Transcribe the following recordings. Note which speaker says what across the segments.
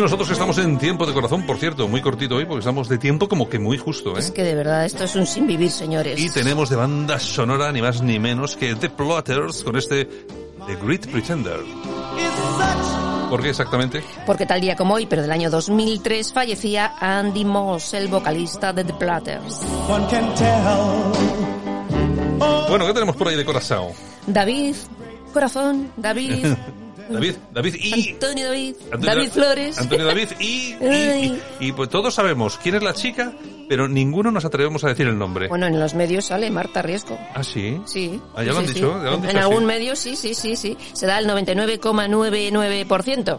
Speaker 1: nosotros estamos en tiempo de corazón, por cierto, muy cortito hoy, porque estamos de tiempo como que muy justo, ¿eh?
Speaker 2: Es que de verdad, esto es un sin vivir, señores.
Speaker 1: Y tenemos de banda sonora ni más ni menos que The Plotters con este The Great Pretender. ¿Por qué exactamente?
Speaker 2: Porque tal día como hoy, pero del año 2003, fallecía Andy Moss, el vocalista de The Platters.
Speaker 1: Bueno, ¿qué tenemos por ahí de Corazao?
Speaker 2: David, corazón, David,
Speaker 1: David, David y...
Speaker 2: Antonio David,
Speaker 1: Antonio-
Speaker 2: David Flores.
Speaker 1: Antonio David y... y-
Speaker 2: Ay.
Speaker 1: y- y, pues todos sabemos quién es la chica, pero ninguno nos atrevemos a decir el nombre.
Speaker 2: Bueno, en los medios sale Marta Riesgo.
Speaker 1: ¿Ah, sí?
Speaker 2: Sí.
Speaker 1: Ah, ya lo han
Speaker 2: sí, sí.
Speaker 1: dicho, ya lo han dicho,
Speaker 2: En algún
Speaker 1: sí.
Speaker 2: medio, sí, sí, sí, sí. Se da el 99,99%.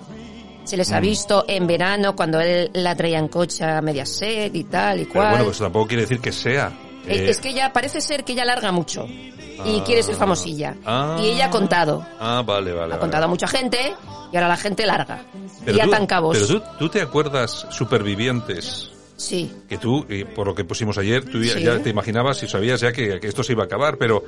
Speaker 2: Se les
Speaker 1: Mm.
Speaker 2: ha visto en verano cuando él la traía en coche a Mediaset y tal y
Speaker 1: Pero
Speaker 2: cual.
Speaker 1: bueno, pues tampoco quiere decir que sea.
Speaker 2: Eh,
Speaker 1: eh,
Speaker 2: Es que ella parece ser que ella larga mucho y
Speaker 1: Ah.
Speaker 2: quiere ser famosilla.
Speaker 1: Ah.
Speaker 2: Y ella ha contado.
Speaker 1: Ah, vale, vale.
Speaker 2: Ha
Speaker 1: vale.
Speaker 2: contado a mucha gente y ahora la gente larga.
Speaker 1: Pero
Speaker 2: y
Speaker 1: tú-
Speaker 2: atan cabos.
Speaker 1: Pero tú, tú te acuerdas, supervivientes,
Speaker 2: Sí.
Speaker 1: que tú, eh, por lo que pusimos ayer, tú ya,
Speaker 2: Sí.
Speaker 1: ya te imaginabas y sabías ya que, que esto se iba a acabar, pero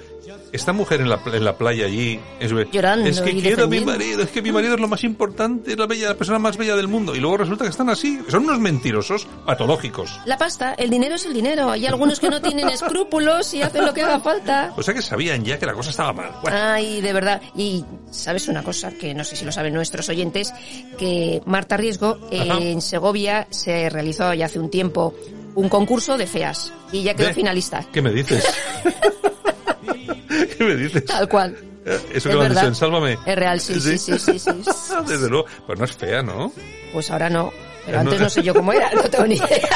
Speaker 1: esta mujer en la, pla- en la playa allí, es,
Speaker 2: Llorando
Speaker 1: es que
Speaker 2: y
Speaker 1: quiero a mi
Speaker 2: defendiendo.
Speaker 1: marido, es que mi marido es lo más importante, es la, bella, la persona más bella del mundo, y luego resulta que están así, son unos mentirosos patológicos.
Speaker 2: La pasta, el dinero es el dinero. Hay algunos que no tienen escrúpulos y hacen lo que haga falta.
Speaker 1: O sea que sabían ya que la cosa estaba mal. Bueno,
Speaker 2: Ay, de verdad. Y sabes una cosa que no sé si lo saben nuestros oyentes, que Marta Riesgo eh,
Speaker 1: Ajá.
Speaker 2: en Segovia se realizó ya hace un tiempo un concurso de feas y ya quedó
Speaker 1: ve,
Speaker 2: finalista.
Speaker 1: ¿Qué me dices? ¿Qué me dices?
Speaker 2: Tal cual.
Speaker 1: Eh, Eso
Speaker 2: Ah, Es
Speaker 1: que lo han
Speaker 2: verdad.
Speaker 1: dicho en Sálvame.
Speaker 2: Es real, sí, sí, sí, sí, sí.
Speaker 1: Desde luego. Pues no es fea, ¿no?
Speaker 2: Pues ahora no. Pero
Speaker 1: Eh, No.
Speaker 2: antes no sé yo cómo era, no tengo ni idea.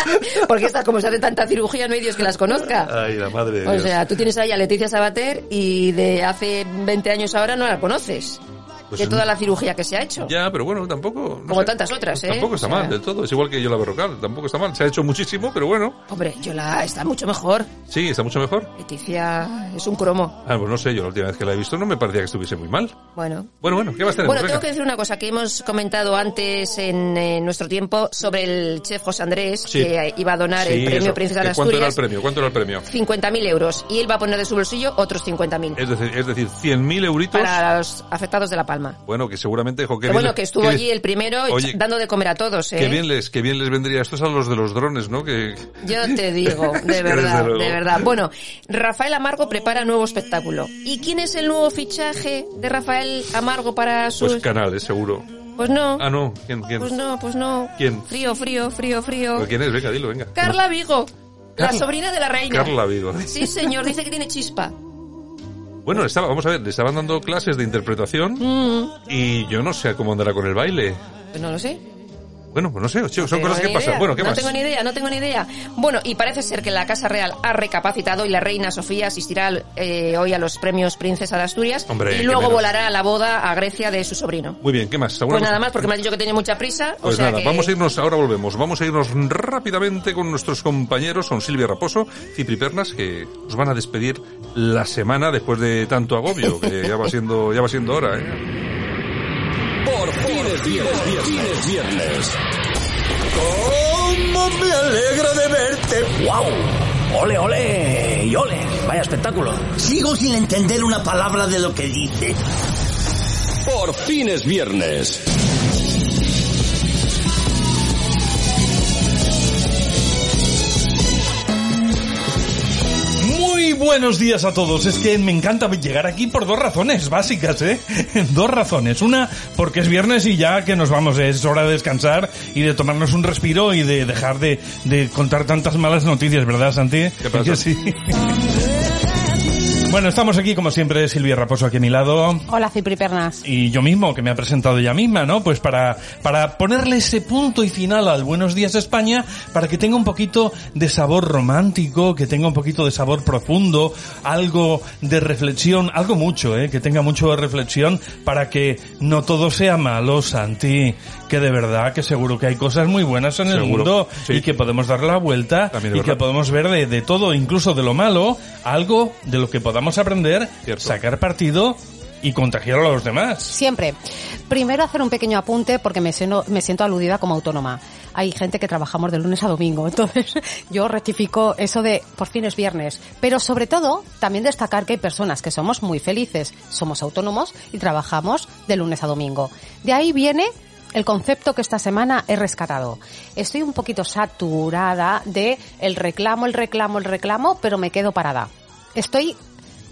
Speaker 2: Porque estas, como se hace tanta cirugía, no hay Dios que las conozca.
Speaker 1: Ay, la madre Ah, de
Speaker 2: O
Speaker 1: Dios.
Speaker 2: sea, tú tienes ahí a Leticia Sabater y de hace 20 años ahora no la conoces.
Speaker 1: Pues
Speaker 2: de
Speaker 1: no.
Speaker 2: toda la cirugía que se ha hecho.
Speaker 1: Ya, pero bueno, tampoco... no
Speaker 2: Como
Speaker 1: sé.
Speaker 2: tantas otras, ¿eh?
Speaker 1: Tampoco está
Speaker 2: O sea-
Speaker 1: mal del todo. Es igual que yo la Berrocal. Tampoco está mal. Se ha hecho muchísimo, pero bueno.
Speaker 2: Hombre, yo la está mucho mejor.
Speaker 1: Sí, está mucho mejor.
Speaker 2: Leticia es un cromo.
Speaker 1: Ah, pues no sé. Yo la última vez que la he visto no me parecía que estuviese muy mal.
Speaker 2: Bueno.
Speaker 1: Bueno, bueno. ¿Qué más tenemos?
Speaker 2: Bueno, tengo
Speaker 1: Venga.
Speaker 2: que decir una cosa que hemos comentado antes en eh, nuestro tiempo sobre el chef José Andrés
Speaker 1: Sí.
Speaker 2: que iba a donar
Speaker 1: Sí,
Speaker 2: el premio
Speaker 1: eso.
Speaker 2: Princesa de
Speaker 1: ¿Que ¿Cuánto era el
Speaker 2: Asturias.
Speaker 1: premio? ¿Cuánto era el premio?
Speaker 2: 50.000 euros y él va a poner de su bolsillo otros 50.000
Speaker 1: Es decir, es decir 100.000 euritos.
Speaker 2: para los afectados de La Palma.
Speaker 1: Bueno, que seguramente... jo, qué
Speaker 2: Pero
Speaker 1: bien
Speaker 2: bueno,
Speaker 1: le-
Speaker 2: que estuvo
Speaker 1: qué
Speaker 2: allí
Speaker 1: bien-
Speaker 2: el primero
Speaker 1: Oye,
Speaker 2: echa- dando de comer a todos, ¿eh?
Speaker 1: Qué bien, les, qué bien les vendría esto es a los de los drones, ¿no? Que...
Speaker 2: Yo te digo,
Speaker 1: Es que
Speaker 2: de
Speaker 1: desde
Speaker 2: verdad,
Speaker 1: luego.
Speaker 2: de verdad. Bueno, Rafael Amargo prepara nuevo espectáculo. ¿Y quién es el nuevo fichaje de Rafael Amargo para sus...?
Speaker 1: Pues canales, seguro.
Speaker 2: Pues no,
Speaker 1: Ah, no. ¿Quién? quién?
Speaker 2: pues no, pues no.
Speaker 1: ¿Quién?
Speaker 2: Frío, frío, frío, frío.
Speaker 1: ¿Pero ¿Quién es? Venga, dilo, venga.
Speaker 2: Carla Vigo, la
Speaker 1: Carla-
Speaker 2: sobrina de la reina.
Speaker 1: Carla Vigo.
Speaker 2: Sí, señor, dice que tiene chispa.
Speaker 1: Bueno, le estaba, vamos a ver, le estaban dando clases de interpretación
Speaker 2: Mm,
Speaker 1: y yo no sé cómo andará con el baile.
Speaker 2: pues no lo sé.
Speaker 1: Bueno, pues no sé, chico, son
Speaker 2: Tengo
Speaker 1: cosas que
Speaker 2: ni
Speaker 1: pasan.
Speaker 2: idea.
Speaker 1: Bueno, ¿qué
Speaker 2: no
Speaker 1: más?
Speaker 2: tengo ni idea, no tengo ni idea. Bueno, y parece ser que la Casa Real ha recapacitado y la reina Sofía asistirá eh, hoy a los premios Princesa de Asturias
Speaker 1: Hombre,
Speaker 2: y
Speaker 1: qué
Speaker 2: luego
Speaker 1: menos.
Speaker 2: volará a la boda a Grecia de su sobrino.
Speaker 1: Muy bien, ¿qué más? ¿Alguna
Speaker 2: Pues nada
Speaker 1: cosa?
Speaker 2: más, porque me has dicho que tenía mucha prisa.
Speaker 1: Pues
Speaker 2: o sea
Speaker 1: nada,
Speaker 2: que-
Speaker 1: vamos a irnos, ahora volvemos, vamos a irnos rápidamente con nuestros compañeros, son Silvia Raposo, Cipri Pernas, que nos van a despedir la semana después de tanto agobio, que ya va siendo, ya va siendo hora, ¿eh?
Speaker 3: Por fin es viernes, viernes, viernes. ¡Cómo me alegro de verte!
Speaker 4: ¡Guau! ¡Ole, ole! ¡Y ole! ¡Vaya espectáculo!
Speaker 5: Sigo sin entender una palabra de lo que dice.
Speaker 3: Por fin es viernes.
Speaker 6: Muy buenos días a todos. Es que me encanta llegar aquí por dos razones básicas, ¿eh? Dos razones. Una, porque es viernes y ya que nos vamos, es hora de descansar y de tomarnos un respiro y de dejar de, de contar tantas malas noticias, ¿verdad, Santi?
Speaker 1: ¿Qué pasa?
Speaker 6: Que sí. Bueno, estamos aquí como siempre, Silvia Raposo aquí a mi lado
Speaker 7: Hola, Cipri Pernas.
Speaker 6: y yo mismo, que me ha presentado ella misma, ¿no? Pues para, para ponerle ese punto y final al Buenos Días España, para que tenga un poquito de sabor romántico, que tenga un poquito de sabor profundo, algo de reflexión, algo mucho, ¿eh? Que tenga mucho de reflexión para que no todo sea malo, Santi. Que de verdad, que seguro que hay cosas muy buenas en el
Speaker 1: Seguro,
Speaker 6: mundo
Speaker 1: sí.
Speaker 6: y que podemos dar la vuelta
Speaker 1: También es
Speaker 6: y que
Speaker 1: verdad.
Speaker 6: podemos ver de, de todo, incluso de lo malo, algo de lo que podamos aprender,
Speaker 1: Cierto.
Speaker 6: sacar partido y contagiar a los demás.
Speaker 7: Siempre. Primero hacer un pequeño apunte porque me, seno- me siento aludida como autónoma. Hay gente que trabajamos de lunes a domingo, entonces yo rectifico eso de por fin es viernes. Pero sobre todo, también destacar que hay personas que somos muy felices, somos autónomos y trabajamos de lunes a domingo. De ahí viene el concepto que esta semana he rescatado. Estoy un poquito saturada de el reclamo, el reclamo, el reclamo, pero me quedo parada. Estoy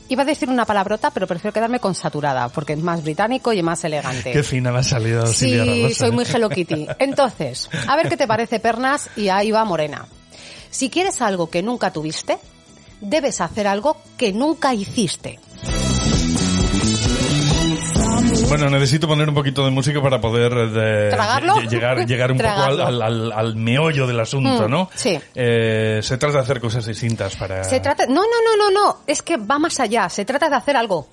Speaker 7: Iba a decir una palabrota, pero prefiero quedarme con saturada, porque es más británico y más elegante.
Speaker 6: Qué fina me ha salido Silvia
Speaker 7: Sí,
Speaker 6: Raposo,
Speaker 7: soy
Speaker 6: ¿eh?
Speaker 7: muy Hello Kitty. Entonces, a ver qué te parece, Pernas, y ahí va Morena. Si quieres algo que nunca tuviste, debes hacer algo que nunca hiciste.
Speaker 6: Bueno, necesito poner un poquito de música para poder eh, de-
Speaker 7: ¿Tragarlo?
Speaker 6: lle- llegar, llegar un poco al,
Speaker 7: Tragarlo.
Speaker 6: al- al- al meollo del asunto,
Speaker 7: Mm,
Speaker 6: ¿no?
Speaker 7: sí.
Speaker 6: Eh, se trata de hacer cosas distintas para...
Speaker 7: Se trata... No, no, no, no, no. Es que va más allá. Se trata de hacer algo.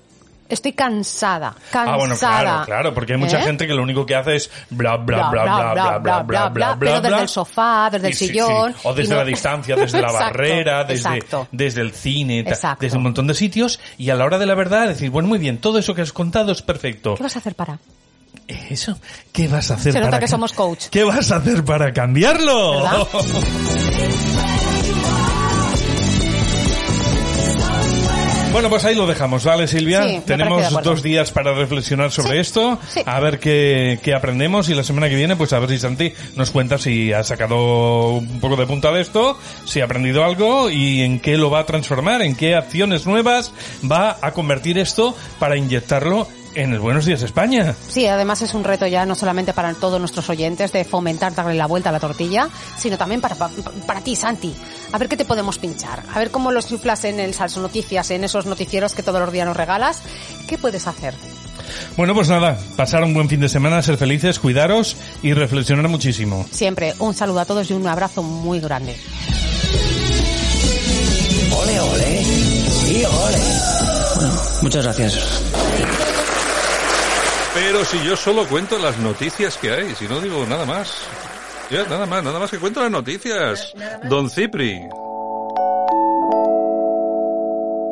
Speaker 7: Estoy cansada. Cansada.
Speaker 6: Ah, bueno, claro, claro, porque hay mucha
Speaker 7: ¿Eh?
Speaker 6: gente que lo único que hace es bla, bla, bla, bla, bla, bla, bla, bla, bla,
Speaker 7: pero desde el sofá, desde el
Speaker 6: Y sí, sí.
Speaker 7: sillón,
Speaker 6: O desde
Speaker 7: y
Speaker 6: la
Speaker 7: no-
Speaker 6: distancia, desde la
Speaker 7: Exacto,
Speaker 6: barrera, desde,
Speaker 7: exacto.
Speaker 6: desde el cine, ta-
Speaker 7: Exacto.
Speaker 6: desde un montón de sitios. Y a la hora de la verdad decir, bueno, muy bien, todo eso que has contado es perfecto. Eh,
Speaker 7: ¿Qué vas a hacer para?
Speaker 6: ¿Eso? ¿Qué vas a hacer
Speaker 7: Se nota
Speaker 6: para
Speaker 7: que
Speaker 6: ca-
Speaker 7: somos coach.
Speaker 6: ¿Qué vas a hacer para cambiarlo?
Speaker 7: ¿Verdad?
Speaker 6: Bueno, pues ahí lo dejamos, ¿vale, Silvia?
Speaker 7: Sí, me parece de
Speaker 6: Tenemos
Speaker 7: acuerdo.
Speaker 6: dos días para reflexionar sobre
Speaker 7: Sí,
Speaker 6: esto,
Speaker 7: sí.
Speaker 6: a ver qué, qué aprendemos y la semana que viene, pues a ver si Santi nos cuenta si ha sacado un poco de punta de esto, si ha aprendido algo y en qué lo va a transformar, en qué acciones nuevas va a convertir esto para inyectarlo en el Buenos Días España.
Speaker 7: Sí, además es un reto ya no solamente para todos nuestros oyentes de fomentar darle la vuelta a la tortilla, sino también para, para, para ti, Santi. A ver qué te podemos pinchar, a ver cómo los chuflas en el Salso Noticias, en esos noticieros que todos los días nos regalas. ¿Qué puedes hacer?
Speaker 6: Bueno, pues nada, pasar un buen fin de semana, ser felices, cuidaros y reflexionar muchísimo.
Speaker 7: Siempre un saludo a todos y un abrazo muy grande.
Speaker 4: Ole, ole. Sí, ole. Muchas gracias.
Speaker 1: Pero si yo solo cuento las noticias que hay, si no digo nada más. Ya, nada más, nada más que cuento las noticias. Don Cipri.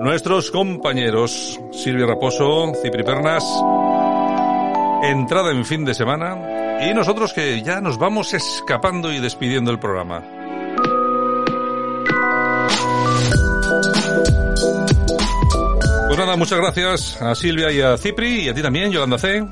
Speaker 1: Nuestros compañeros Silvia Raposo, Cipri Pernas, entrada en fin de semana y nosotros que ya nos vamos escapando y despidiendo el programa. Pues nada, muchas gracias a Silvia y a Cipri y a ti también, Yolanda C.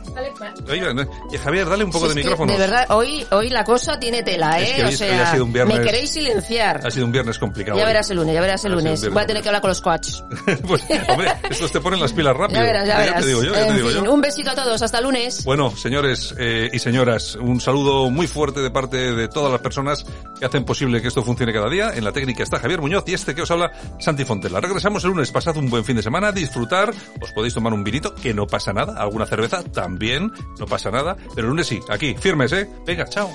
Speaker 1: Ahí va, ¿no? Y Javier, dale un poco de
Speaker 2: Si pues, es que,
Speaker 1: micrófono.
Speaker 2: de verdad, hoy, hoy la cosa tiene tela,
Speaker 1: Es
Speaker 2: ¿eh?
Speaker 1: que hoy-
Speaker 2: o
Speaker 1: hoy
Speaker 2: sea,
Speaker 1: ha sido un viernes-
Speaker 2: me queréis silenciar.
Speaker 1: Ha sido un viernes complicado.
Speaker 2: Ya
Speaker 1: hoy.
Speaker 2: verás el lunes, ya verás
Speaker 1: Ha
Speaker 2: el
Speaker 1: sido un
Speaker 2: lunes.
Speaker 1: viernes
Speaker 2: Voy a
Speaker 1: complicado.
Speaker 2: tener que hablar con los coaches.
Speaker 1: pues, hombre, estos te ponen las pilas rápido.
Speaker 2: Ya verás, ya verás.
Speaker 1: te digo yo, ya te
Speaker 2: En
Speaker 1: digo
Speaker 2: fin,
Speaker 1: yo.
Speaker 2: Un besito a todos, hasta lunes.
Speaker 1: Bueno, señores eh, y señoras, un saludo muy fuerte de parte de todas las personas que hacen posible que esto funcione cada día. En la técnica está Javier Muñoz y este que os habla, Santi Fontela. Regresamos el lunes, pasad un buen fin de semana, disfrutar, os podéis tomar un vinito, que no pasa nada, alguna cerveza también, no pasa nada, pero el lunes sí, aquí, firmes, ¿eh? Venga, chao.